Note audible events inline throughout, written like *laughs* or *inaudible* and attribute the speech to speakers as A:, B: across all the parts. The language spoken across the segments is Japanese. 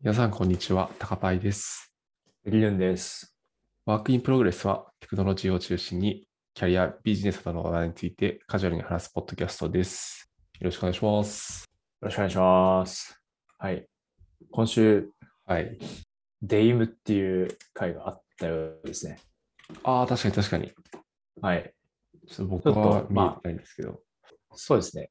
A: 皆さん、こんにちは。高パイです。
B: リルンです。
A: ワークインプログレスは、テクノロジーを中心に、キャリア、ビジネスなどの話題についてカジュアルに話すポッドキャストです。よろしくお願いします。
B: よろしくお願いします。はい。今週、
A: はい。
B: デイムっていう回があったようですね。
A: ああ、確かに確かに。
B: はい。
A: ちょっと僕
B: ちょっ
A: は
B: と
A: 見
B: ま
A: え
B: あ
A: てないんですけど。
B: そうですね。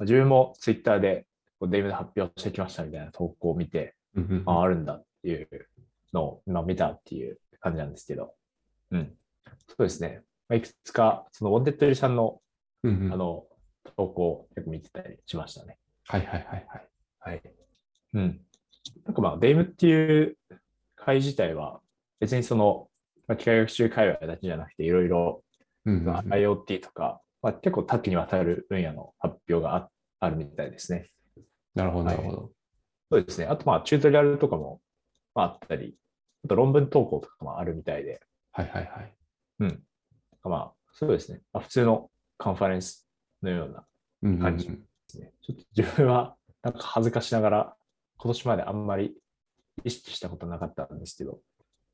B: 自分もツイッターでこうデイムで発表してきましたみたいな投稿を見て、
A: うんうん
B: ああ、るんだっていうのを今見たっていう感じなんですけど。うん。そうですね。まあいくつか、その、ウォンテッドリーさんの、
A: うんうん
B: あの、投稿をよく見てたりしましたね。
A: はいはいはいはい。
B: はい。うん。なんかまあ、デイムっていう会自体は、別にその、まあ、機械学習会話だけじゃなくて、いろいろ、
A: うんうんうん
B: まあ IoT とか、まあ、結構多岐にわたる分野の発表がああるみたいですね。
A: なるほど、なるほど。
B: そうですね。あと、まあ、チュートリアルとかも、まあ、あったり、あと論文投稿とかもあるみたいで、
A: はいはいはい。
B: まあ、そうですね。まあ、普通のカンファレンスのような
A: うんうんうん
B: 感じですね。ちょっと自分は、なんか恥ずかしながら、今年まであんまり意識したことなかったんですけど、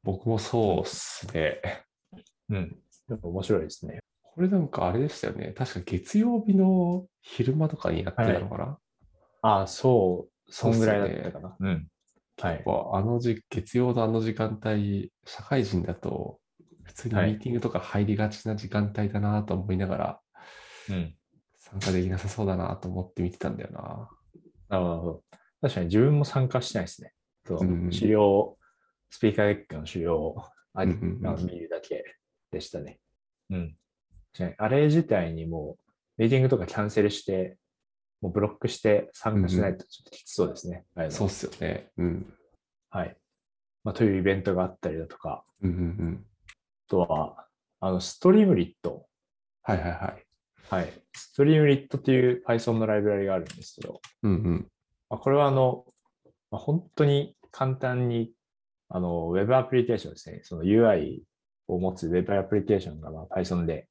A: 僕もそうっすね。
B: うん。でも面白いですね。
A: これなんかあれでしたよね。確か月曜日の昼間とかにやってたのかな、
B: ああ、そう、そ
A: そうっ
B: ん
A: す
B: ぐ
A: よね
B: らいだったかな。うん。はい。
A: こうあの時月曜のあの時間帯、社会人だと普通にミ
B: はい
A: ーティングとか入りがちな時間帯だなと思いながら、
B: うん。
A: 参加できなさそうだなと思って見てたんだよな。
B: なるほど。確かに自分も参加してないですね。そう
A: うんうん
B: 資料を、スピーカーデックの資料をあ
A: うん
B: り
A: うんうん
B: あの見るだけでしたね。うん。確かにあれ自体にもう、ミーティングとかキャンセルして、もうブロックして参加しないとちょっときつそうですね。ああいの
A: そうっすよね。うん。
B: はい。まあ、というイベントがあったりだとか、
A: うんうんうん。
B: あとは、あの、ストリームリット
A: はいはいはい。
B: はい。ストリームリットっていう Python のライブラリがあるんですけど、
A: うんうん。
B: まあ、これはあの、まあ、本当に簡単にあの Web アプリケーションですね。その UI を持つ Web アプリケーションがまあ Python で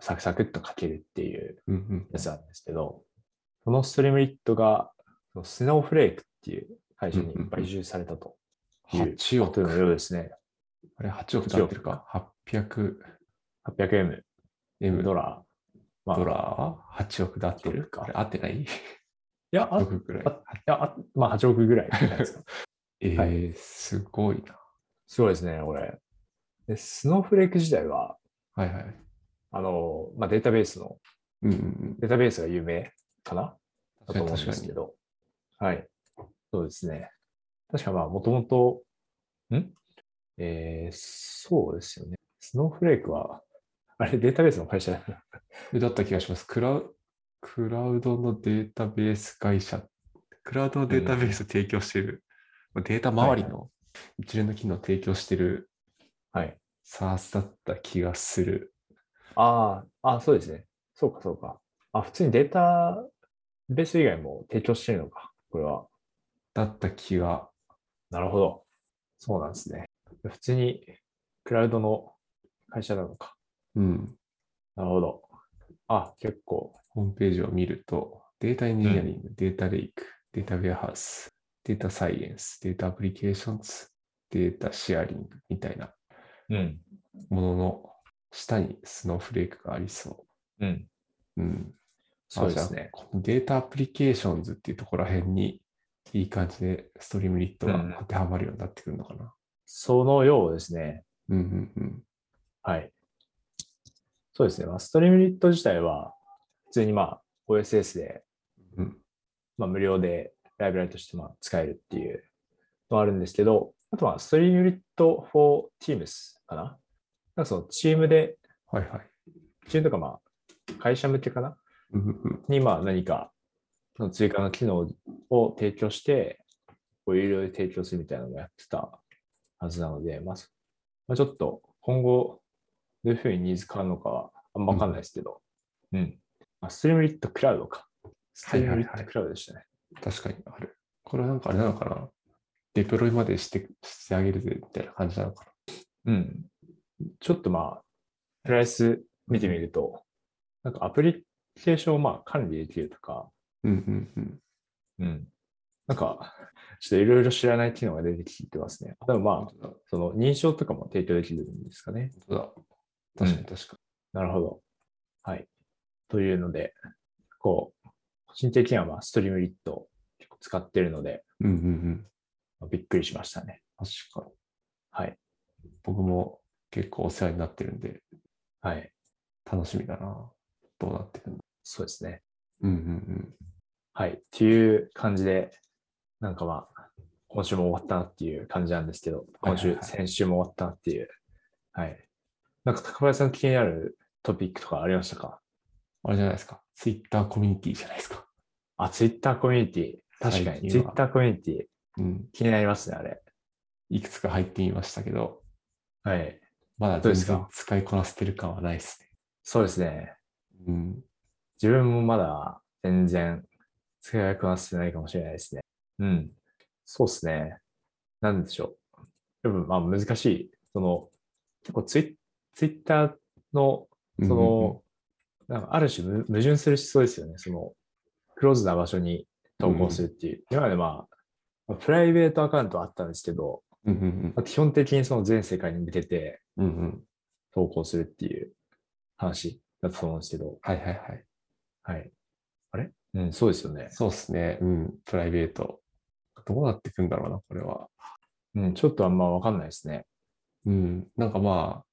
B: サクサクっと書けるっていう
A: うんうん。
B: やつなんですけど、そのストリームリットがそのスノーフレークっていう会社に買収されたという
A: 8
B: こと
A: 億。
B: のようですね。
A: あれ8億だってるか。800M
B: 800M ドラまあ
A: ドラー ?8 億だってる
B: 8億か
A: あれ合ってない
B: いや、あ
A: ?8 億くらい
B: あ。いやあまあ8億ぐらいじゃないですか。
A: え
B: は
A: ー、すごいな。
B: すごいですね、これ。で、スノーフレーク自体は、
A: はいはい。
B: あの、まあ、データベースの、
A: うんうんうん。
B: データベースが有名かなだと思うん
A: 確か
B: で
A: に
B: すけど。はい。そうですね。確かまあ、もともと、んえー、そうですよね。スノーフレークは、あれ、データベースの会社だな。
A: だった気がします。クラウクラウドのデータベース会社、クラウドのデータベースを提供している、まあデータ周りの一連の機能を提供している
B: はい。
A: SARS だった気がする。
B: ああ、あそうですね。そうか、そうか。あ、普通にデータベース以外も提供してるのか、これは。
A: だった気が。
B: なるほど。そうなんですね。普通にクラウドの会社なのか。
A: うん。
B: なるほど。あ、結構。
A: ホームページを見ると、データエンジニアリング、データレイク、データウェアハウス、データサイエンス、データアプリケーションズ、データシェアリングみたいな
B: うん。
A: ものの下にスノーフレークがありそ
B: うん。
A: う。うん。
B: そうですね。
A: あ。じゃあこのデータアプリケーションズっていうところら辺にいい感じでストリームリットが当てはまるようになってくるのかな。
B: そのようですね。
A: うんうんうん。
B: はい。そうですね。まあ、ストリームリット自体は、普通にまあ、OSS で、
A: うん
B: まあ、無料でライブラリとしてまあ使えるっていうのはあるんですけど、あとは、ストリームリット for Teams かな。なんかそのチームで、
A: はいはい。
B: チームとかまあ、会社向けかな。
A: うんうんうん
B: にまあ何かその追加の機能を提供して、こう有料で提供するみたいなのもやってたはずなので、まあ、そまあ、ちょっと今後どういうふうにニーズ変わるのかはあんま分かんないですけど、うん。あストリームリットクラウドか。ストリームリットクラウドでしたね。
A: 確かにある。これはなんかあれなのかな。デプロイまでしてしてあげるぜみたいな感じなのか
B: うん。ちょっとまあ、プライス見てみると、なんかアプリケーションをまあ管理できるとか、
A: な。うんうんうん。
B: うん。なんか、ちょっといろいろ知らない機能が出てきてますね。でもまあ、
A: 本当だ
B: その認証とかも提供できるんですかね。
A: 本当だ。確かに確か
B: なるほど。はい。というので、こう、個人的にはまあストリームリットを結構使ってるので、
A: に。うんうんうん。
B: まあびっくりしましたね。
A: 確かに。
B: はい。
A: 僕も結構お世話になってるんで、
B: はい。
A: 楽しみだな。どうなってくるの
B: そうですね。
A: うんうん
B: はい。っていう感じで、なんかまあ、今週も終わったなっていう感じなんですけど、今週、
A: はいはいはい
B: 先週も終わったなっていう。はい。なんか高林さん気になるトピックとかありましたか
A: うん。あれじゃないですか。ツイッターコミュニティじゃないですか。
B: あ、ツイッターコミュニティ。
A: 最近
B: 確かに。
A: は
B: ツイッターコミュニティ。
A: うん。
B: 気になりますね、あれ。
A: いくつか入ってみましたけど、
B: はい。
A: まだ
B: ど
A: 全
B: うです
A: 然
B: か
A: 使いこなせてる感はないです
B: そうですね。
A: ね。うん。
B: 自分もまだ全然使いこなせてないかもしれないですね。うん。そうですね。なんでしょう。でもまあ難しい。その、結構ツイツイッターの、その、なんかある種む矛盾する思想ですよね。その、クローズな場所に投稿するっていう。今までまあ、プライベートアカウントはあったんですけど、
A: うんうん
B: まあ基本的にその全世界に向けて
A: うん。うんうん。
B: 投稿するっていう話だったと思うんですけど、
A: はいはいはい。
B: はい。あれうん、そうですよね。
A: そうですね。うん。プライベート。どうなってくんだろうな、これは。
B: うん、ちょっとあんまわかんないですね。
A: うん。なんかまあ、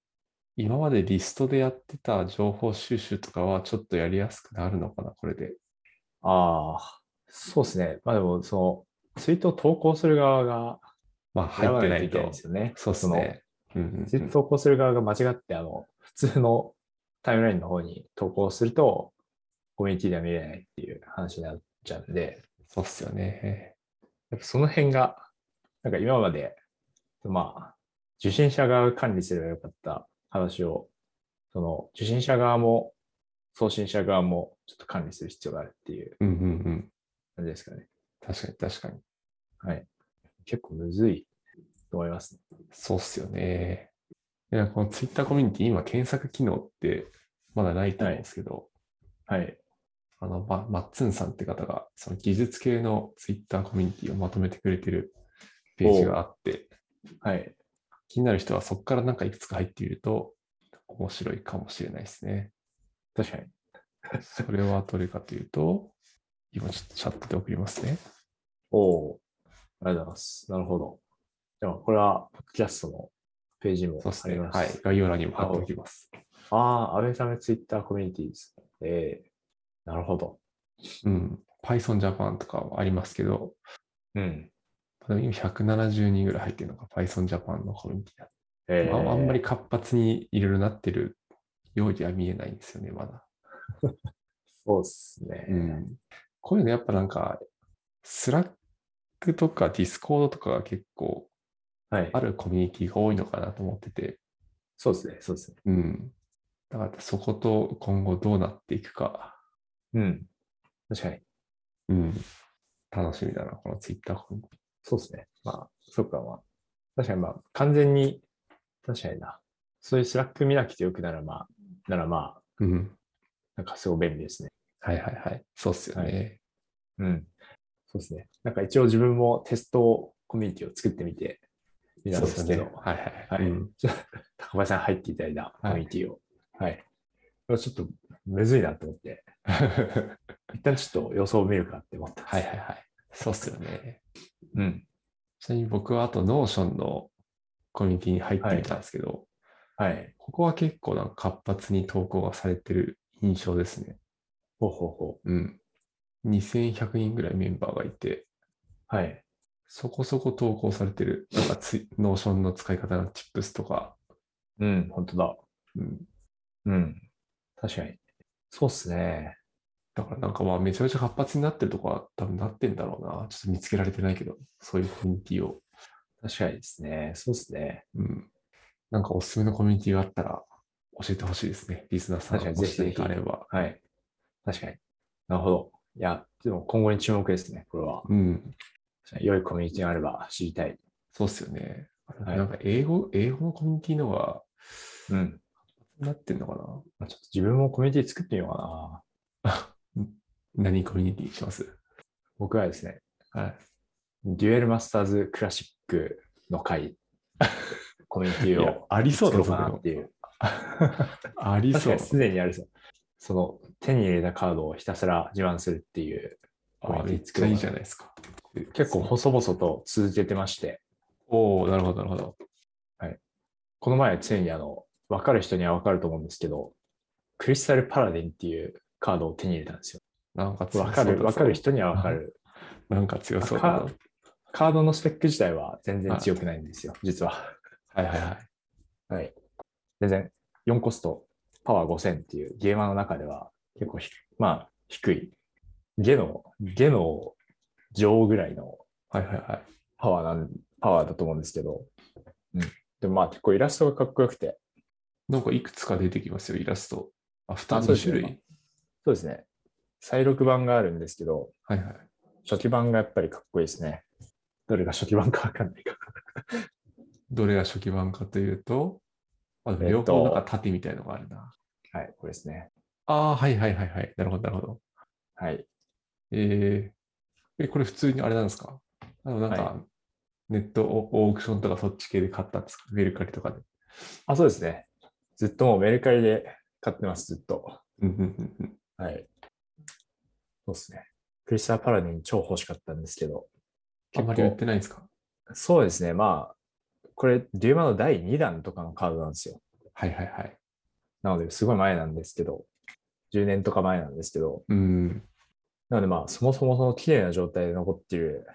A: 今までリストでやってた情報収集とかはちょっとやりやすくなるのかな、これで。
B: ああ、そうですね。まあでも、その、ツイートを投稿する側が
A: まあ、入ってない
B: 選ばといけない
A: と
B: んで。すよね。
A: そうですね。うんうんうん
B: ツイート投稿する側が間違って、あの、普通のタイムラインの方に投稿すると、コミュニティでは見れないっていう話になっちゃうんで、
A: そうっすよね。
B: やっぱその辺が、なんか今まで、まあ、受信者側が管理すればよかった話を、その、受信者側も送信者側もちょっと管理する必要があるっていう
A: うんうんうん。
B: 感じですかね。
A: 確かに確かに。
B: はい。結構むずいと思いますね。
A: そうっすよね。いや、このツイッターコミュニティ、今検索機能ってまだないと思うんですけど、
B: はい。
A: あの、ま、マッツンさんって方が、その技術系のツイッターコミュニティをまとめてくれてるページがあって、
B: はい。
A: 気になる人はそこからなんかいくつか入ってみると面白いかもしれないですね。
B: 確かに。
A: それはどれかというと、今ちょっとチャットで送りますね。
B: おお。ありがとうございます。なるほど。でも、これは、ポッドキャストのページも
A: そうです
B: あり
A: ね。
B: ま
A: はい
B: す。。
A: 概要欄にも貼っておきます。
B: ああ、安倍さんのツイッターコミュニティですね。ええなるほど。
A: うん。Python Japan とかもありますけど、
B: うん。
A: でも今170人ぐらい入ってるのが Python Japan のコミュニティだ、
B: ええ
A: あ。あんまり。活発にいろいろなってるようには見えないんですよね、まだ。
B: そうですね。
A: うん。こういうのやっぱなんか、Slack とか Discord とかが結構
B: はい
A: あ。るコミュニティが多いのかなと思ってて、
B: そうですね。そうですね。
A: うん。だからそこと今後どうなっていくか、
B: うん。確かに。
A: うん。楽しみだな、この Twitter コミュニテ
B: そうですね。まあ、そっか、まあ。確かにまあ、完全に、確かにな。そういうスラック見なくてよくならまあ、ならまあ、
A: ィ。うん。
B: なんかすごい便利ですね。
A: はいはいはい。そうっすよね。
B: うん。そうですね。なんか一応自分もテストコミュニティを作ってみて、みた
A: そう
B: んで
A: っす
B: す
A: よ
B: け
A: ね。
B: ど、
A: はいはい
B: はい
A: うん
B: ちょ高林さん入っていただいたコミュニティを。はい。これちょっとむずいなと思って、
A: *laughs* は
B: 一旦ちょっと予想を見るかって思ったんです。
A: いはいはい。そうっすよね。
B: うん。
A: ちなみに僕はあと Notion のコミュニティに入ってみたんですけど、
B: はい。
A: ここは結構なんか活発に投稿がされてる印象ですね。
B: ほうほうほ
A: うん。2100人ぐらいメンバーがいて、
B: う。はい。
A: そこそこ投稿されてる、なんかツイノーションの使い方のチップスとか、
B: うん、本当だ。
A: うん、
B: うん。確かに。そうっすね。
A: だからなんかまあめちゃめちゃ活発になってるとこは多分なってんだろうな。ちょっと見つけられてないけど、そういうコミュニティを。
B: 確かにですね。そうっすね。
A: うん。なんかおすすめのコミュニティがあったら教えてほしいですね。リスナーさん
B: 確かに
A: もし
B: ぜひぜ
A: 何
B: ひ
A: かあれば。
B: はい。確かに。なるほど。いや、でも今後に注目ですね。これは。
A: うん。
B: 良いコミュニティがあれば知りたい。
A: そうっすよね。
B: はい
A: なんか英語、英語のコミュニティのが
B: うん。
A: なってんのか
B: まあちょっと自分もコミュニティ作ってみようかな。
A: な何コミュニティにします
B: 僕はですね、
A: はい。
B: デュエルマスターズクラシックの *laughs* 会、コミュニテ
A: い
B: ィ
A: や
B: を、
A: ありそう
B: 作
A: だぞ、
B: ろうかな
A: そ
B: っ
A: れ
B: ていう。
A: はあり
B: 確
A: そ
B: *laughs* か
A: う
B: に。すでにあるぞ。その手に入れたカードをひたすら自慢するっていう、
A: あめっちゃいいじゃないですか。
B: 結構細々と続けてまして、
A: おおなるほど、なるほど。
B: この前ついにあの、分かる人には分かると思うんですけど、クリスタルパラディンっていうカードを手に入れたんですよ。
A: なんか強
B: 分かる、
A: わ
B: 分かる。人には分かる。
A: なんか強そうだな。
B: カカードのスペック自体は全然強くないんですよ、実は。
A: はいはいはい。
B: はい。全然、4コスト、パワー5000っていうゲーマーの中では、結構ひ、まあ、低い。ゲの、ゲの上ぐらいの
A: はいはいはい。
B: パワーなん、パワーだと思うんですけど、うん。でもまあ、結構イラストがかっこよくて、
A: なんかいくつか出てきますよ、イラスト。あ、
B: あ
A: 2
B: そ
A: 二
B: うですね
A: 種類。
B: そうですね。再録版があるんですけど、
A: はいはい。
B: 初期版がやっぱりかっこいいですね。どれが初期版かわかんないか。
A: どれが初期版かというと、あでも
B: えっと
A: 両方なんか縦みたいのがあるな。
B: はい、これですね。
A: ああ、はいはいはいはい。なるほど、なるほど。
B: はい。
A: えー、え、これ普通にあれなんですかあのなんか、
B: は
A: ネットオオークションとかそっち系で買ったんですかメルカリとかで。
B: あ、そうですね。ずっともうメルカリで買ってます、ずっと。
A: うんうんうんうん
B: はい。そうですね。クリスタルパラディン超欲しかったんですけど、
A: あんまり売ってないんですか
B: そうですね。まあ、これ、デューマの第2弾とかのカードなんですよ。
A: はいはいはい。
B: なので、すごい前なんですけど、10年とか前なんですけど、
A: うん。
B: なのでまあ、そもそもその綺麗な状態で残っている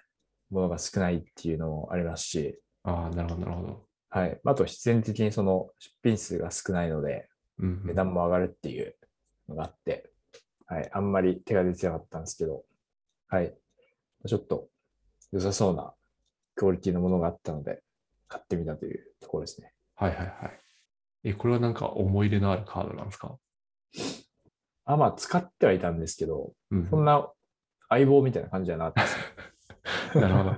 B: ものが少ないっていうのもありますし、
A: ああ、なるほど、なるほど。
B: はい。あと、必然的にその出品数が少ないので、
A: うん、う
B: 値
A: ん。
B: 段も上がるっていうのがあって、はい、あんまり手が出てなかったんですけど、はい、ちょっと良さそうなクオリティのものがあったので、買ってみたというところですね。
A: はいはいはい。え、これはなんか思い入れのあるカードなんですか
B: あ、まあ、使ってはいたんですけど、
A: うん
B: そんな相棒みたいな感じじゃなかったですね。
A: なるほ
B: *laughs*
A: ど。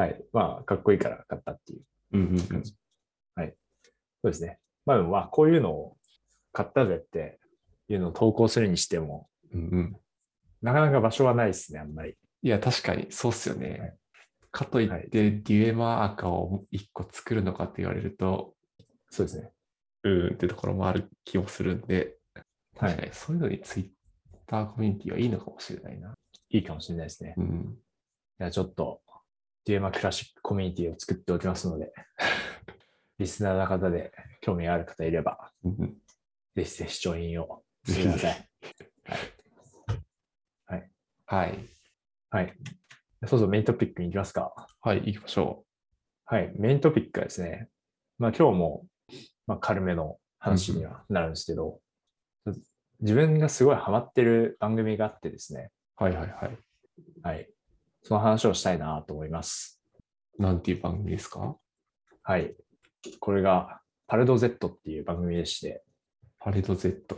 B: はい、まあ、かっこいいから買ったっていう
A: うんうんう
B: 感
A: ん
B: じ。はい、そうですね。まあ、でもまあ、こういうのを買ったぜっていうのを投稿するにしても、
A: うんうん。
B: なかなか場所はないですね、あんまり。
A: いや、確かに、そうっすよね。
B: はい
A: かといって、
B: はい
A: デュエマー赤を1個作るのかって言われると、
B: そうですね。
A: うーんってところもある気もするんで、
B: は
A: 確か
B: い。
A: にそういうのにツイッターコミュニティはいいのかもしれないな。
B: いいかもしれないですね。
A: うん。
B: じゃあちょっと、デュエマクラシックコミュニティを作っておきますので、 *laughs* リスナーの方で興味がある方いれば、
A: うんうん
B: ぜひぜひジョインをしてください。
A: はい。
B: はい。そうそう、メイントピックに行きますか。
A: はい、行きましょ
B: はい。メイントピックはですね、まあ今日も、まあ、軽めの話にはなるんですけど、自分がすごいハマってる番組があってですね、
A: う。はいはいはい。
B: はい。その話をしたいなと思います。
A: なんていう番組ですか
B: はい。これが、パルド Z っていう番組でして、
A: パレード Z。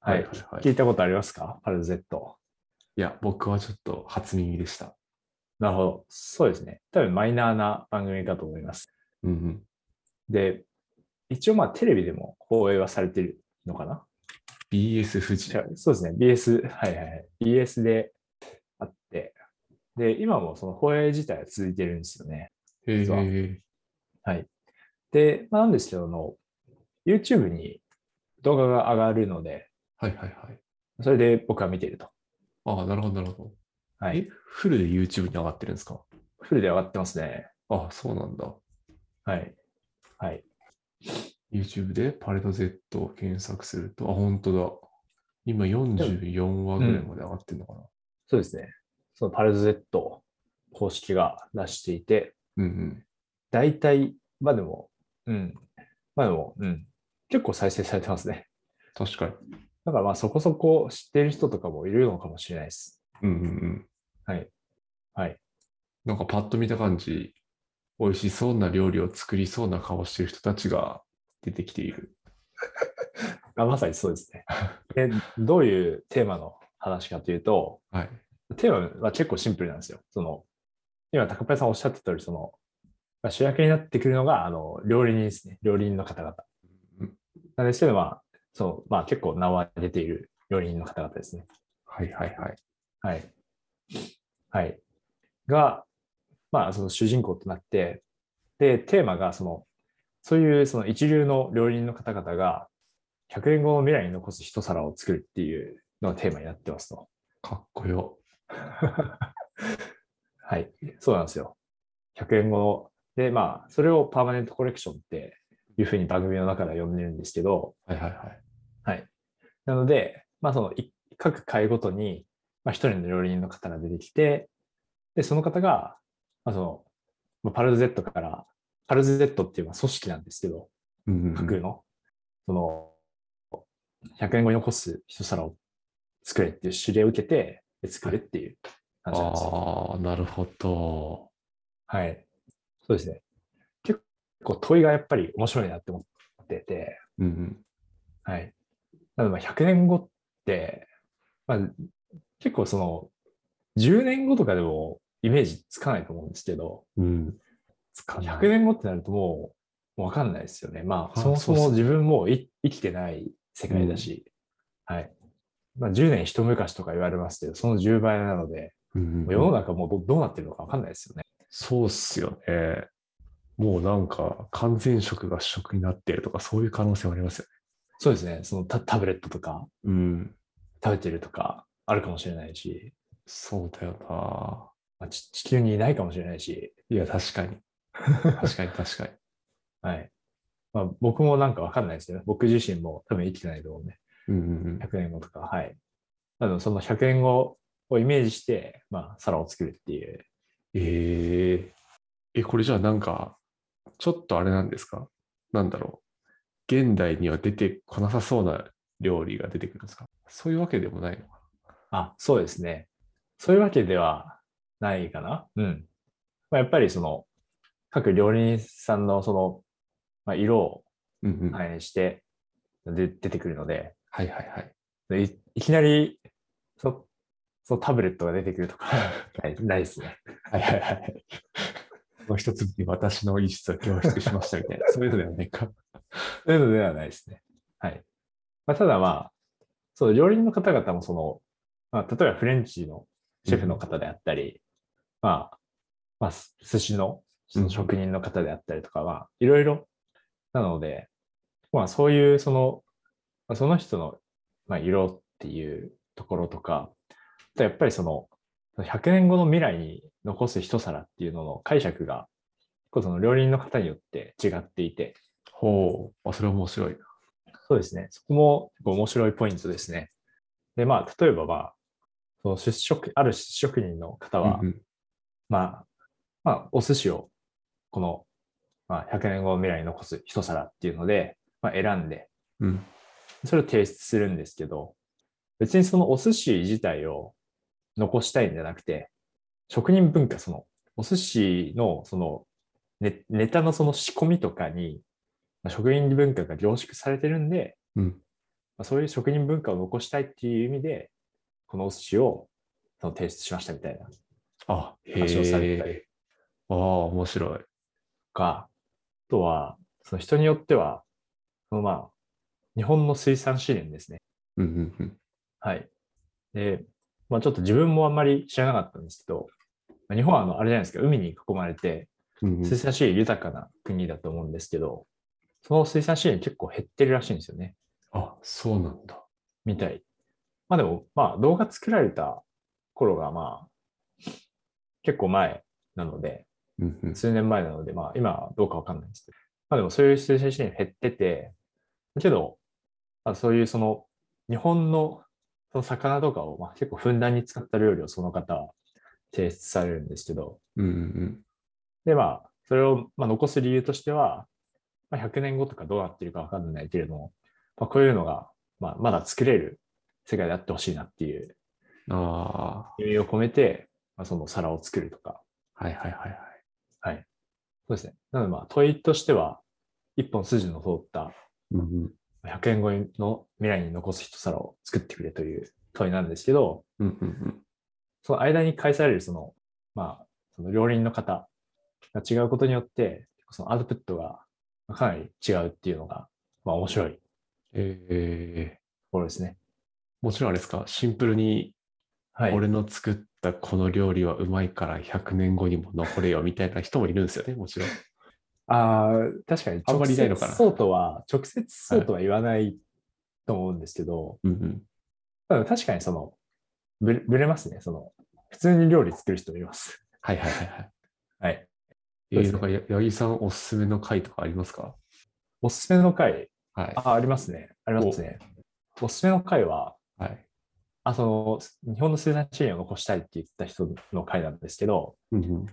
B: は
A: は
B: い。
A: いはい。
B: 聞
A: い
B: いたことありますかパル Z。
A: や、僕はちょっと初耳でした。
B: なるほど。そうですね。多分マイナーな番組かと思います。
A: うんうん。
B: で、一応まあテレビでも放映はされてるのかな
A: BS 富士。
B: 違うそうですね。BS、はいはいはい。BS であって、で、今もその放映自体は続いてるんですよね。
A: へ
B: 実は
A: え。
B: で、まあ、なんですけどあの、YouTube に動画が上がるので、
A: はいはいはい。
B: それで僕は見てると。
A: ああ、なるほどなるほど。
B: は
A: え
B: い。、
A: フルで YouTube に上がってるんですか
B: フルで上がってますね。
A: ああ、そうなんだ。
B: はい。はい。
A: YouTube でパレード Z を検索すると、あ、本当だ。今44話ぐらいまで上がってるのかな。
B: そうですね。そのパルズ Z 公式が出していて、
A: うんうん。
B: 大体、まあでも、うん。まあでも、うん。結構再生されてますね。
A: 確かに。
B: だからまあそこそこ知ってる人とかもいるのかもしれないです。
A: うんうんうん。
B: はい。はい。
A: なんかパッと見た感じ、美味しそうな料理を作りそうな顔してる人たちが出てきている。
B: あまさにそうです *laughs* ね。で、どういうテーマの話かというと、
A: はい。
B: テーマは結構シンプルなんですよ。その、今、高林さんおっしゃった通り、その、まあ主役になってくるのが、あの、料理人ですね。料理人の方々。
A: うん
B: なんですけど、まあ、そう、まあ結構名は出ている料理人の方々ですね。
A: はいはいはい。
B: はい。はい。が、まあ、その主人公となって、で、テーマが、その、そういうその一流の料理人の方々が、100年後の未来に残す一皿を作るっていうのがテーマになってますと。
A: かっこよ。
B: はい、そうなんですよ。100円後の。で、まあ、それをパーマネントコレクションっていうふうに番組の中では呼んでるんですけど、
A: はいはいはい。
B: はい。なので、まあ、その、い各回ごとに、まあ、一人の料理人の方が出てきて、で、その方が、まあ、その、まあパルゼットから、パルゼットっていうのは組織なんですけど、
A: うんうん
B: 架空の、その、100円後に残す一皿を作れっていう指令を受けて、で作るっていう感じなんですよ。
A: ああ、なるほど。
B: はい。そうですね。結構問いがやっぱり面白いなって思ってて、
A: うんうん。
B: はい。なのでまあ100年後って、まあ、結構その、10年後とかでもイメージつかないと思うんですけど、
A: うん。つかない
B: 100年後ってなるともうもう分かんないですよね。ま
A: あ
B: あ、そもそ
A: そう
B: も
A: そう
B: 自分もうい生きてない世界だし、はい。まあ、10年一昔とか言われますけど、その10倍なので、
A: うんうん
B: も
A: う
B: うん世の中もうどどうなってるのか分かんないですよね。
A: そうっすよね。もうなんか完全食が主食になってるとかそういう可能性はありますよ
B: そうですね。そのタタブレットとか、
A: ね。うん。
B: 食べてるとかあるかもしれないし、
A: そうだよ
B: まあ、ち地球にいないかもしれないし、
A: な。いや、確かに。確かに確 *laughs* かに。
B: はい。まあ、僕もなんかわかんないですよね。僕自身も多分生きてないと思うね。
A: うんうん
B: 100年後とか、はい。あの、その100年後をイメージして、まあ、皿を作るっていう。
A: えええ、これじゃあなんか、ちょっとあれなんですかなんだろう。現代には出てこなさそうな料理が出てくるんですかそういうわけでもないのか
B: あ、そうですね。そういうわけではないかな。うん。まあ、やっぱりその、各料理人さんのその、まあ、色を
A: なうんうん。はい
B: 反映して、で、出てくるので、
A: はいはい。 *laughs*
B: でいいきなりそ、そのタブレットが出てくるとか、 *laughs* ないないですね。
A: はいはい *laughs* はい。この一つに私の一室を教室しましたみたいな。そういうのではないか。
B: そういうのではないですね。はい。まあ、ただまあ、そう、料理人の方々もその、まあ、例えばフレンチのシェフの方であったり、まあ、まあ、す寿司のその職人の方であったりとかは、いろいろなので、まあそういうその、まあ、その人の、まあ、色っていうところとか、あとやっぱりその、100年後の未来に残す一皿っていうのの解釈が、結構その料理人の方によって違っていて、
A: ほう。あ、それ面白いな。
B: そうですね。そこも結構面白いポイントですね。で、まあ、例えば、まあ、その出職、ある出職人の方は、
A: うんうん
B: まあ、まあ、お寿司を、この、まあ、100年後の未来に残す一皿っていうので、まあ、選んで、
A: うん。
B: それを提出するんですけど、別にそのお寿司自体を残したいんじゃなくて、職人文化、その、お寿司の、そのネ、ネタのその仕込みとかに、まあ職人文化が凝縮されてるんで、
A: うん。
B: まあ、そういう職人文化を残したいっていう意味で、このお寿司をその提出しましたみたいなと
A: あ、
B: 話をされてたり
A: へえ。ああ、面白い。
B: か、あとは、その人によっては、そのまあ、日本の水産資源ですね。
A: うんうんうん。
B: はい。で、まあちょっと自分もあんまり知らなかったんですけど、まあ日本はあのあれじゃないですか、海に囲まれて、
A: うんうん
B: 水産資源豊かな国だと思うんですけど、その水産資源結構減ってるらしいんですよね。
A: あ、そうなんだ。
B: みたい。まあでも、まあ動画作られた頃がまあ、結構前なので、
A: うんうん
B: 数年前なので、まあ今はどうかわかんないですけど、まあでもそういう水産資源減ってて、けど、まあ、そういうその日本のその魚とかをまあ結構ふんだんに使った料理をその方は提出されるんですけど、
A: うんうん
B: でまあ、それをまあ残す理由としては、まあ、100年後とかどうなってるかわかんないけれども、まあ、こういうのが、まあ、まだ作れる世界であってほしいなっていう
A: うん。あ
B: 意味を込めて、まあ、その皿を作るとか。
A: あ、はいはいはいはい。
B: そうですね。なのでまあ問いとしては、一本筋の通った
A: うんうん
B: 100年後の未来に残す一皿を作ってくれという問いなんですけど、
A: うんうんうん
B: その間に返されるその、まあ、その両輪の方が違うことによって、そのアウトプットがかなり違うっていうのが、まあ面白いと
A: えー
B: ころですね。
A: もちろんあれですか、シンプルに
B: はい。
A: 俺の作っったこの料理はうまいから100年後にも残れよみたいな人もいるんですよね、もち *laughs* ろん。
B: ああ、確かに
A: あんまりいないのかな
B: 直接そうとは、直接そうとは言わないと思うんですけど、
A: うんうん、
B: ただ確かにその、ぶれぶれますね。その、普通に料理作る人もいます。
A: はいはいはいはい。
B: はい。
A: え
B: そ
A: ー、
B: うです
A: な
B: ね
A: んかや、八木さんおすすめの回とかありますか
B: おすすめの回、
A: はい。
B: あ、ありますね。ありますね。おすすめの回は、
A: はい。
B: あ、その、日本の生産資源を残したいって言った人の回なんですけど、
A: うんうん、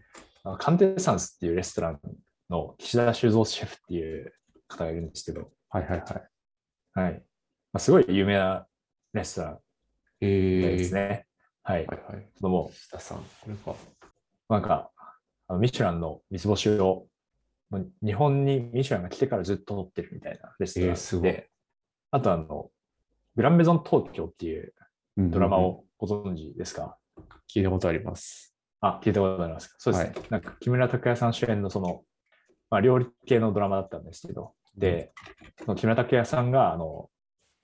B: あのカンテサンスっていうレストランの岸田修造シェフっていう方がいるんですけど、
A: はいはいはい。
B: はい。まあ、すごい有名なレストラン
A: え
B: で
A: ー
B: すね。はい。
A: はいはい。
B: そのもう、
A: 下さん、これか。
B: なんか、あのミシュランの三つ星を、もう日本にミシュランが来てからずっと取ってるみたいなレスト
A: えーす
B: ラン
A: ご
B: で、
A: い
B: あとあの、グランメゾン東京っていう
A: うんうんうん
B: ドラマをご存知ですか、
A: 聞いたことあります。
B: あ、聞いたことありますかそうですね。なんか木村拓哉さん主演のその、まあ、料理系のドラマだったんですけど、で、その木村拓哉さんがあの、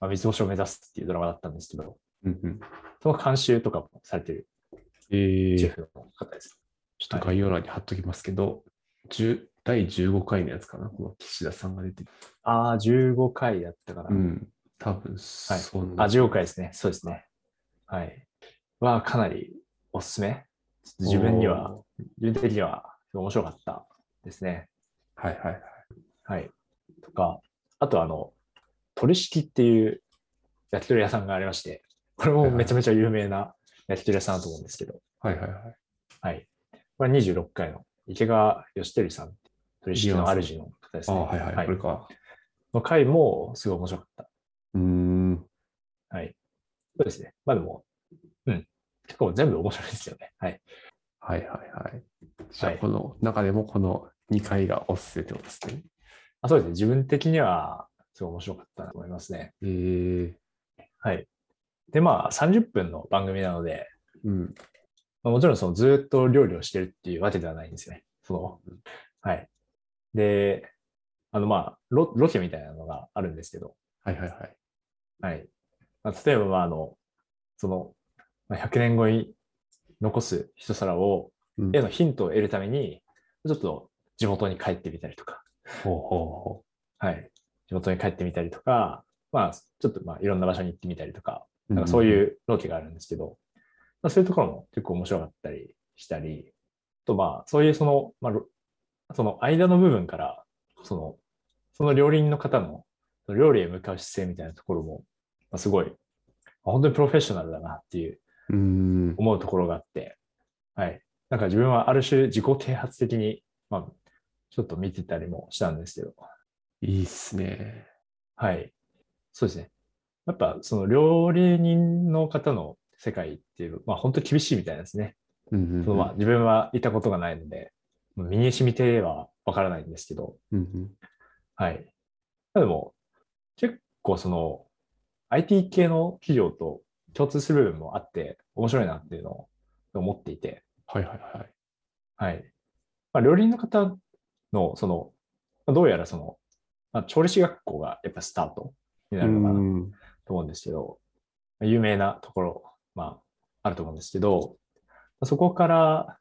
B: まあ、三つ星を目指すっていうドラマだったんですけど、
A: うんうん、
B: その監修とかもされてる
A: え
B: シェ
A: ー、
B: フの方です。
A: ちょっと概要欄に貼っときますけど、10第15回のやつかな、この岸田さんが出てる。
B: ああ、15回やったかな。
A: うん、多分そんな、
B: あ、15回ですね。そうですね。はい。は、かなりおすすめ。自分には、
A: お
B: 自分的には面白かったですね。
A: ー。はいはいはい。
B: はい。とか、あとあの、鳥敷っていう焼き鳥屋さんがありまして、これもめちゃめちゃ有名な焼き鳥屋さんだと思うんですけど、
A: はいはいはい。
B: はい。これは26回の池川義輝さん、鳥敷の主の方です
A: あー
B: ね。
A: はいはい、これか。
B: の回もすごい面白かった。
A: うーん、
B: はい。そうですね。まあでも、うん。結構全部面白いですよね。はい。
A: はいはいはい。じゃあ、
B: はい
A: この中でもこの2回がおすすめってことですね。
B: あそうですね。自分的には、すごい面白かったなと思いますね。
A: えー、
B: はい。で、まあ、30分の番組なので、
A: うん。
B: まあもちろん、その、ずっと料理をしてるっていうわけではないんですよね。その、はい。で、あの、まあロ、ロケみたいなのがあるんですけど、
A: はいはいはい。
B: はい。まあ、例えば、まあ、あの、その、まあ100年後に残す一皿を、
A: うん
B: へのヒントを得るために、ちょっと地元に帰ってみたりとか、
A: ほうほうほ
B: はい。地元に帰ってみたりとか、まあ、ちょっとまあいろんな場所に行ってみたりとか、
A: う。。
B: なんかそういううロケがあるんですけど、まあ、そういうところも結構面白かったりしたり、あとまあ、そういうその、まあ、ろその間の部分から、その、その料理人の方のその料理へ向かう姿勢みたいなところも、まあ、すごい、まあ本当にプロフェッショナルだなっていう
A: うーん。
B: 思うところがあって、はい。なんか自分はある種自己啓発的に、まあ、ちょっと見てたりもしたんですけど、
A: いいっすね。
B: はい。そうですね。やっぱその料理人の方の世界っていう、まあ本当厳しいみたいなんですね。
A: うんうんうん、
B: そのまあ自分はいたことがないので、身に染みてはわからないんですけど、
A: うんうん
B: はい。でも、結構その IT 系の企業と共通する部分もあって面白いなっていうのを思っていて、
A: はいはいはい。
B: はい。まあ、料理人の方の、その、まあどうやらその、まあ、調理師学校がやっぱスタートになるのかな
A: うん
B: と思うんですけど、有名なところ、まあ、あると思うんですけど、そこから、やっ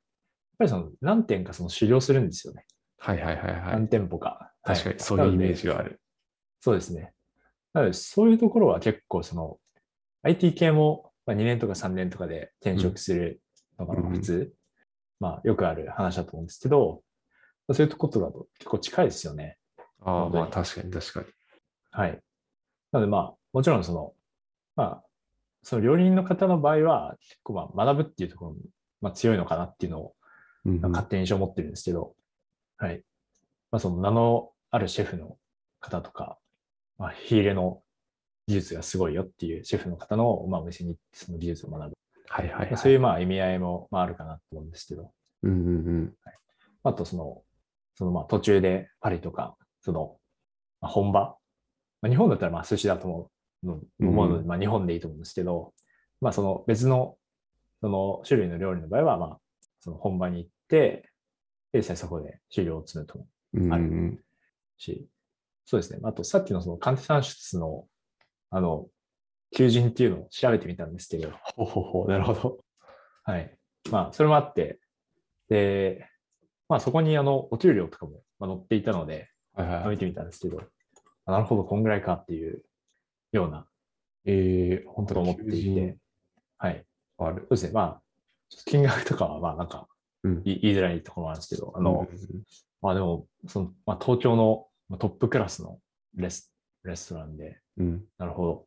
B: ぱりその何店かその修行するんですよね。
A: はいはいはいはい
B: 何。店舗か。
A: 確か
B: は
A: にそういうイメージがあ
B: なので
A: る。
B: そうですね。なので、そういうところは結構その、IT 系もまあ2年とか3年とかで転職するのがまあ普通、まあよくある話だと思うんですけど、そういうところだと結構近いですよね。
A: ああ、
B: 本当
A: ま
B: に
A: あ確かに確かに。
B: はい。なのでまあ、もちろんその、まあ、その料理人の方の場合は、結構まあ学ぶっていうところも、まあ、強いのかなっていうのを、
A: うんうん
B: 勝手に印象を持ってるんですけど、はい。まあその名のあるシェフの方とか、まあ火入れの技術がすごいよっていうシェフの方の、まあ、お店に行ってその技術を学ぶ。
A: はいはいは
B: ま
A: い。
B: あそういうまあ意味合いも、まあ、あるかなと思うんですけど、
A: うんうん
B: あとその、そのまあ途中でパリとか、その、まあ、本場、まあ、日本だったらまあ寿司だと思うの
A: うん
B: 思うので、まあ日本でいいと思うんですけど、まあその別の、その種類の料理の場合は、まあその本場に行って、で、実際そこで修行を積むと思
A: うん。うんう
B: ある
A: ん
B: うし、そうですね。あとさっきのその鑑定算出の、あの、求人っていうのを調べてみたんですけど、
A: ほうほうほう、なるほど。
B: はい。まあ、それもあって、で、まあ、そこにあの、お給料とかもまあ載っていたので、
A: はいはい
B: ま
A: は
B: あ
A: い。
B: 見てみたんですけど、あなるほど、こんぐらいかっていうような
A: えー、
B: こ
A: 本
B: とを
A: 当
B: 思
A: に
B: って
A: 求
B: い
A: 人
B: て、はい。
A: ある
B: そ。うですね、まあ、ちょっと金額とかは、まあ、なんか
A: うん
B: 言い、言いづらいところなんですけど、あ
A: あ
B: の、まあでも、その、まあ、東京のまあトップクラスのレスレストランで、
A: うん。うん
B: なるほ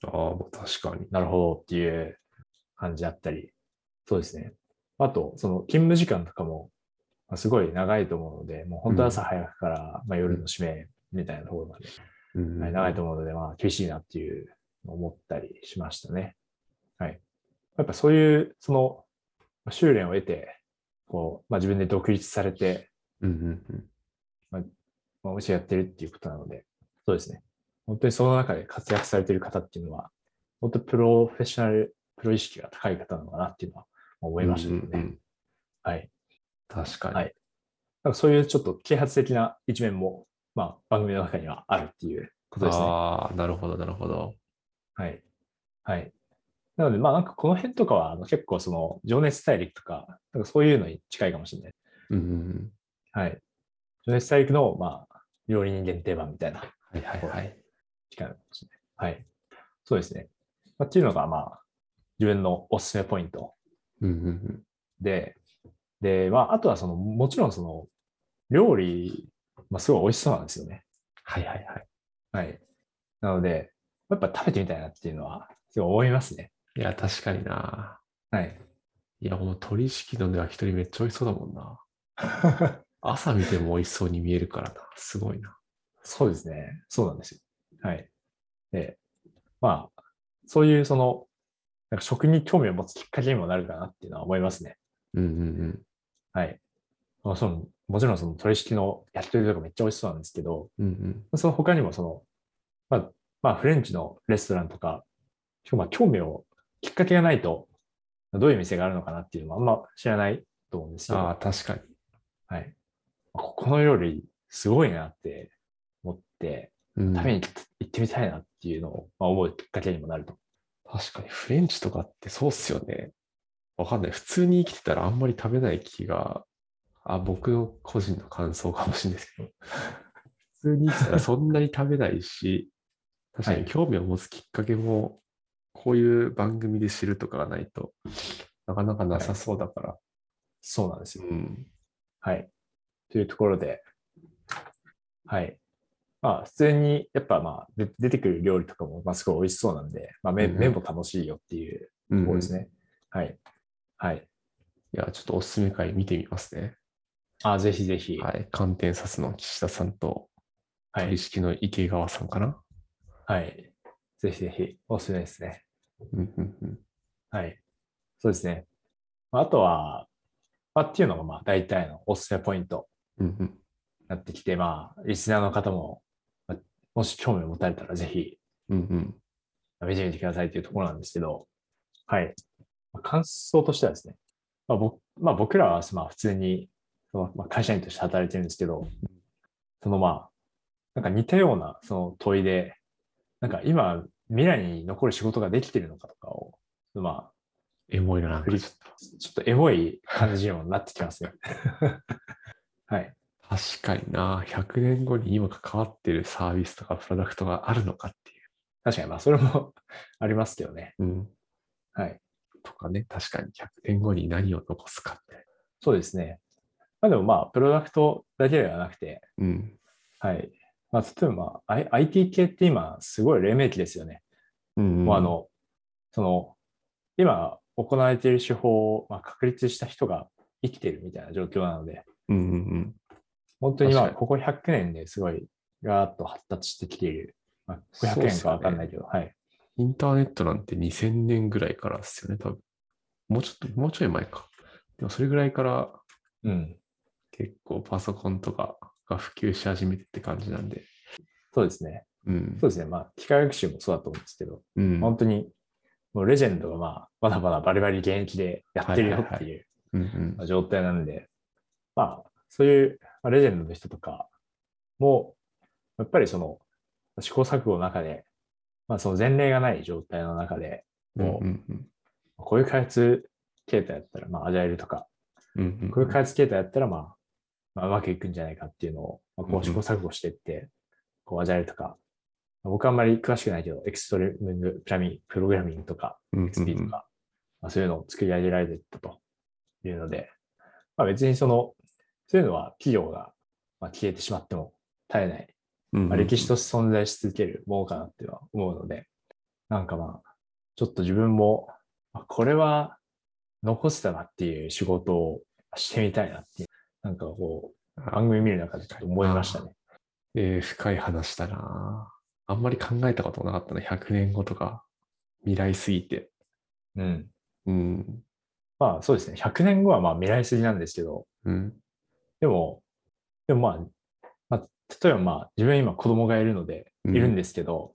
B: ど、
A: ああ、まあ確かに。
B: なるほどっていう感じだったり、そうですね。あと、その勤務時間とかも、まあすごい長いと思うので、もう本当朝早くから、まあ、夜の締めみたいなところまで、
A: うん
B: はい長いと思うので、まあ厳しいなっていうのを思ったりしましたね。はい。やっぱそういう、その、まあ修練を得て、こう、まあ自分で独立されて、
A: うんうんうん。
B: まあ、お店やってるっていうことなので、そうですね。本当にその中で活躍されてる方っていうのは、本当プロフェッショナル、プロ意識が高い方なのかなっていうのは思いましたけどね。
A: うんうんうん
B: はい。
A: 確かに。
B: はいなんかそういうちょっと啓発的な一面も、まあ、番組の中にはあるっていうことですね。
A: ああ、なるほど、なるほど。
B: はい。はい。なので、まあ、なんかこの辺とかは、あの結構その、情熱大陸とか、なんかそういうのに近いかもしれない。
A: うんうんうん。
B: はい。情熱大陸の、まあ、料理人限定版みたいな
A: はいはいはい。
B: 違うかもしれない。はい。そうですね。まあ、っていうのが、まあ、自分のおすすめポイント
A: うんうんうん。
B: で、で、まあ、あとは、その、もちろん、その、料理、まあ、すごい美味しそうなんですよね。
A: はいはいはい。
B: はい。なので、やっぱ食べてみたいなっていうのは、すごい思いますね。
A: いや、確かにな。
B: はい。
A: いや、もう鳥式飲んでは一人めっちゃ美味しそうだもんな。朝見ても美味しそうに見えるからな。すごいな。
B: そうですね。そうなんですよ。はい。で、まあ、そういう、その、なんか食に興味を持つきっかけにもなるかなっていうのは思いますね。
A: うんうん
B: はい。まあ、そのもちろんその取引の焼き鳥とかめっちゃ美味しそうなんですけど、
A: うん。うんうん。
B: その他にもその、まあ、まあ、フレンチのレストランとか、しかもまあ興味を、きっかけがないと、どういう店があるのかなっていうのもあんま知らないと思うんですけど、
A: あ
B: は
A: あ、確かに。
B: い。ここの料理すごいなって思って、
A: うん、
B: 食べに行ってみたいなっていうのを、まあ、思うきっかけにもなると。
A: 確かにフレンチとかってそうっすよね。わかんない。普通に生きてたらあんまり食べない気が、あ、僕の個人の感想かもしれないですけど、普通に生きてたらそんなに食べない *laughs* し、確かに興味を持つきっかけも、こういう番組で知るとかがないとなかなかなさそうだから。
B: そうなんですよ。
A: うん。
B: はい。というところで、はい。まあ、普通に、やっぱまあ、で出てくる料理とかも、まあ、すごい美味しそうなんで、まあ、
A: う
B: 麺
A: んうん
B: 麺も楽しいよっていう
A: う
B: と
A: ん
B: ころ
A: うん、
B: で
A: い
B: すね。はい。はい。
A: や、ちょっとおすすめ回見てみますね。
B: あ、ぜひぜひ。
A: は
B: はい。
A: い。寒天サスの岸田さんと、鳥式の池川さんかな。
B: はい。ぜひぜひ、おすすめですね。
A: うんうんうん。
B: はい。そうですね。まああとは、まあ、っていうのが、まあ、大体のおすすめポイント
A: うんうん。
B: になってきて、まあ、リスナーの方も、まあもし興味を持たれたら、ぜひ、
A: うんうん。
B: 見てみてくださいというところなんですけど、はい。まあ感想としてはですね、まあ僕まあ、僕らはまあ普通にそのまあ会社員として働いてるんですけど、そのまあ、なんか似たようなその問いで、なんか今、未来に残る仕事ができてるのかとかを、ま
A: エモいな、なんかちょっと。
B: あ、ちょっとエモい感じにもなってきますね。 *laughs* はい。
A: 確かにな、100年後に今関わってるサービスとかプロダクトがあるのかってい
B: 確かに、まあ、それもありますけどね。
A: う。うん。
B: はい。
A: とかね、確かに100年後に何を残すかって。
B: そうですね。まあ、でもまあ、プロダクトだけではなくて、
A: うん。
B: はい。まあ、例えば、まあ、I- IT 系って今、すごい黎明期ですよね。
A: うん
B: もうあ、の、その、今行われている手法を、まあ、確立した人が生きてるみたいな状況なので、
A: うんうんうん。
B: 本当にまあ、
A: 確か
B: ここ100年ですごい、ガーッと発達してきている。まあ、ここ
A: そう
B: 100
A: っ
B: 年
A: す
B: か
A: よね
B: わかんないけど、はい。
A: インターネットなんて2000年ぐらいからですよね、多分。もうちょっと、もうちょい前か。でもそれぐらいから
B: うん。
A: 結構パソコンとかが普及し始めてって感じなんで。
B: そうですね。
A: うん。
B: そうですね。まあ、機械学習もそうだと思うんですけど、
A: うん。
B: 本当に、もうレジェンドがまあ、まだまだバリバリ現役でやってるよ
A: はい
B: っ
A: はい
B: て
A: は
B: いう
A: うんうん
B: まあ状態なんで、まあ、そういうまあレジェンドの人とかも、やっぱりその試行錯誤の中で、まあ、その前例がない状態の中で、
A: うんうんうん
B: こういう開発形態だったら、まあ、アジャイルとか、
A: うんうん
B: こういう開発形態だったら、まあ、まあ、うまくいくんじゃないかっていうのを、まあ、こ
A: うんうん
B: う試行錯誤していって、こう、アジャイルとか、僕はあんまり詳しくないけど、エクストリーミングプラミプログラミングとか、
A: うんうんうん
B: XP とか、まあ、そういうのを作り上げられていったというので、まあ、別にその、そういうのは企業がまあ消えてしまっても絶えない、
A: うんうん
B: まあ、歴史として存在し続けるものかなっていうのは思うので、なんかまあ、ちょっと自分も、あこれは残せたなっていう仕事をしてみたいなっていう、なんかこう、番組見る中でちょっと思いましたね。
A: えー深い話だなあんまり考えたことなかったな。100年後とか、未来すぎて。
B: うん。
A: うん。
B: まあそうですね。100年後はまあ未来すぎなんですけど、
A: うん。
B: でも、でもまあ、まあ、例えばまあ、自分今子供がいるので、
A: うん
B: いるんですけど、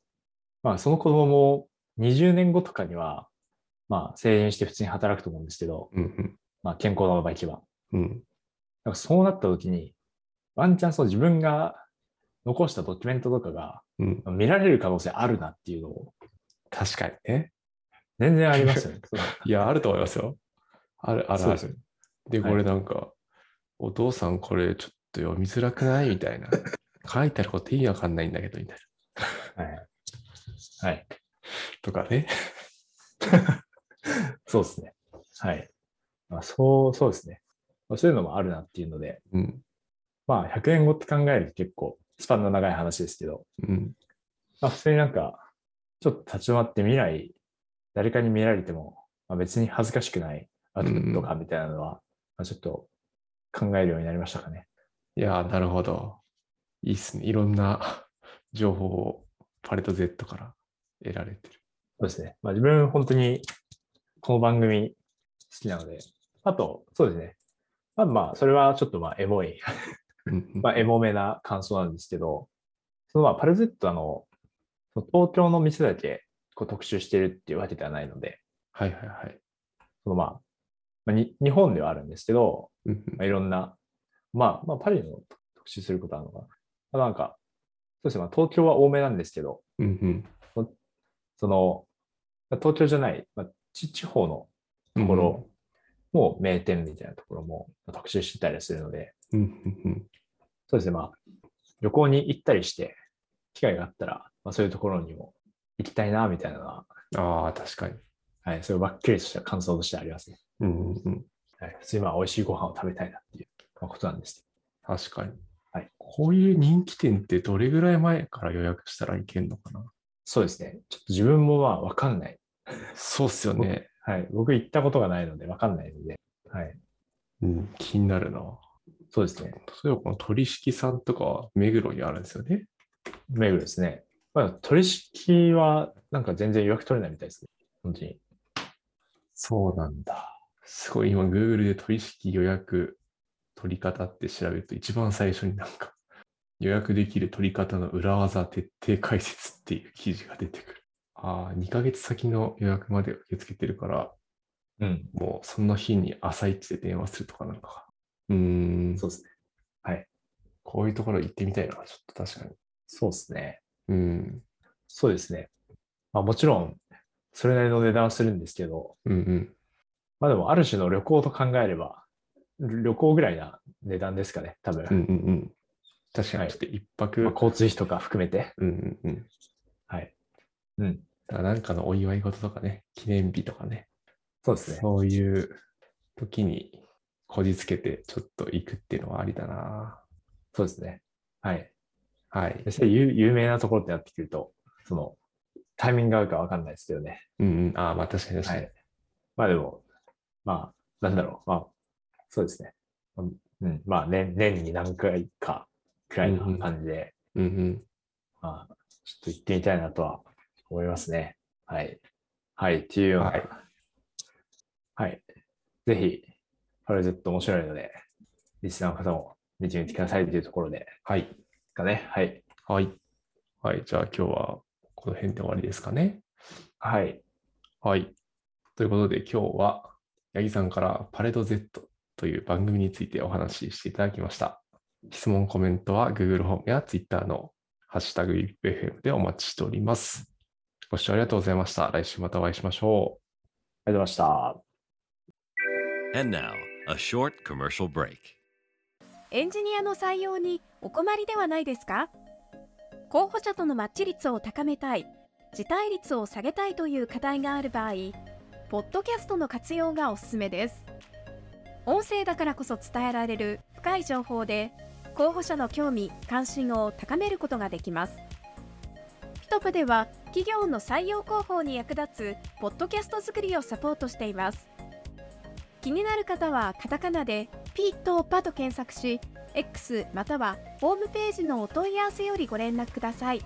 B: まあその子供も20年後とかには、まあ成人して普通に働くと思うんですけど、
A: うん。
B: まあ健康な場合行けば。だか
A: うん。
B: らそうなった時に、ワンチャンそう自分が残したドキュメントとかが
A: うん。
B: 見られる可能性あるなっていうのを、
A: 確かにね。
B: 全然あり *laughs* ますよね。
A: いや、あると思いますよ。ある、ある、
B: そう
A: あ
B: です
A: る。で、こ
B: は
A: れ
B: い
A: なんか、お父さんこれちょっと読みづらくないみたいな。書いてあること意味わかんないんだけど、みたいな。
B: はい。はい。
A: とかね。
B: そうですね。はい。まあ、そう、そうですね。まあ、そういうのもあるなっていうので、
A: うん。
B: まあ、100年後って考えると結構スパンの長い話ですけど、
A: うん。
B: まあ、普通になんか、ちょっと立ち止まって未来、誰かに見られても、まあ、別に恥ずかしくないアウトプットかみたいなのは、まあ、ちょっと考えるようになりましたかね。
A: いやー、なるほど。いいっすね。いろんな *laughs* 情報をパレット Z から得られてる。
B: そうですね。まあ、自分、本当にこの番組好きなので、あと、そうですね。まあ、まあ、それはちょっとまあ、エモい、 *laughs*
A: うんうん
B: まあ、エモめな感想なんですけど、そのまあ、パルゼットあの、その東京の店だけこう特集してるっていうわけではないので、
A: はいはいはい。
B: そのまあ、まあに日本ではあるんですけど、
A: うん
B: まあ、いろんな、まあ、まあ、パリの特集することあるのかな。まあ、なんか、そうですね、まあ、東京は多めなんですけど、
A: うん。うん
B: その、まあ東京じゃない、まあ、ち地方の
A: うん。
B: ところも名店みたいなところもまあ特集してたりするので、
A: うんうんうん。
B: そうですね、まあ、旅行に行ったりして、機会があったら、まあ、そういうところにも行きたいな、みたいなのは、
A: ああ、確かに。
B: はい、そういうばっくりとした感想としてありますね。
A: うんうんうん。
B: はい、普通にまあ、美味しいご飯を食べたいなっていうまあことなんです。
A: 確かに。
B: はい
A: こういう人気店ってどれぐらい前から予約したらいけんのかな
B: そうですね。ちょっと自分もまあ、わかんない。
A: そうっすよね。
B: はい。僕行ったことがないので、わかんないので。はい。
A: うん、気になるな。
B: そうですね。
A: 例えばこの鳥敷さんとかは目黒にあるんですよね。
B: 目黒ですね。まあ、取引は、なんか全然予約取れないみたいですね。本当に。
A: そうなんだ。すごい今 Google で鳥敷予約取り方って調べると一番最初になんか予約できる取り方の裏技徹底解説っていう記事が出てくる。ああ、2ヶ月先の予約まで受け付けてるから、
B: うん。
A: もうその日に朝一で電話するとかなのか。うーん、
B: そうですね。
A: こういうところ行ってみたいな、ちょっと確かに。
B: そうですね。
A: うん、
B: そうですね。まあ、もちろん、それなりの値段はするんですけど、
A: うん、うん。
B: まあでも、ある種の旅行と考えれば、旅行ぐらいな値段ですかね、多分。
A: うん、うん、うん。確か
B: は
A: に、
B: い
A: ちょっと一泊、
B: まあ、交通費とか含めて。
A: うん、うん、うん。
B: はい。うん。
A: だからなんかのお祝い事とかね、記念日とかね、
B: そうですね。
A: そういう時にこじつけてちょっと行くっていうのはありだな。
B: そうですね。はい。
A: はい
B: で。そういう有有名なところってなってくると、その、タイミングが合うかわかんないですけどね。
A: うん、うん。ああ、まあ確かに確か
B: は
A: に。
B: い。まあでも、まあ、なんだろう。まあ、そうですね。うんうん。まあ、年、年に何回かくらいな感じで、
A: うん、うん。
B: まあ、ちょっと行ってみたいなとは思いますね。はい。はい。っていうような。
A: は
B: はいい。ぜひ、パルゼット面白いので、リスナーの方も見てみてくださいというところで、
A: はい。
B: すかね。はい。
A: はい。はい。じゃあ今日はこの辺で終わりですかね。
B: はい。
A: はい。ということで今日は八木さんからパレード Z という番組についてお話ししていただきました。質問、コメントは Google ホームや Twitter のハッシュタグ UPFM でお待ちしております。ご視聴ありがとうございました。来週またお会いしましょう。
B: ありがとうございました。
C: And now, a short commercial break.
D: エンジニアの採用にお困りではないですか候補者とのマッチ率を高めたい、辞退率を下げたいという課題がある場合、ポッドキャストの活用がおすすめです。音声だからこそ伝えられる深い情報で、候補者の興味・関心を高めることができます。ピトプでは企業の採用広報に役立つポッドキャスト作りをサポートしています。気になる方はカタカナでピートパと検索し、X またはホームページのお問い合わせよりご連絡ください。